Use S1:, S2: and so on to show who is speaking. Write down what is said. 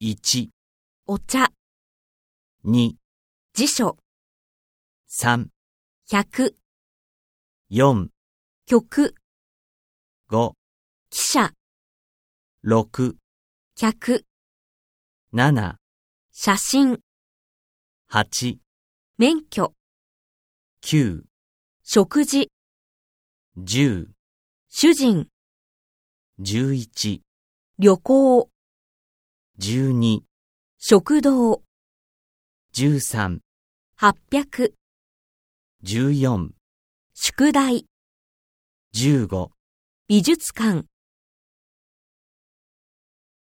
S1: 1、
S2: お茶、
S1: 2、
S2: 辞書、
S1: 3、
S2: 100、
S1: 4、
S2: 曲、
S1: 5、
S2: 記者、
S1: 6、
S2: 客、
S1: 7、
S2: 写真、
S1: 8、
S2: 免許、
S1: 9、
S2: 食事、
S1: 10、
S2: 主人、
S1: 11、
S2: 旅行、
S1: 12、
S2: 食堂、
S1: 13、
S2: 800、
S1: 14、
S2: 宿題、
S1: 15
S2: 美術館、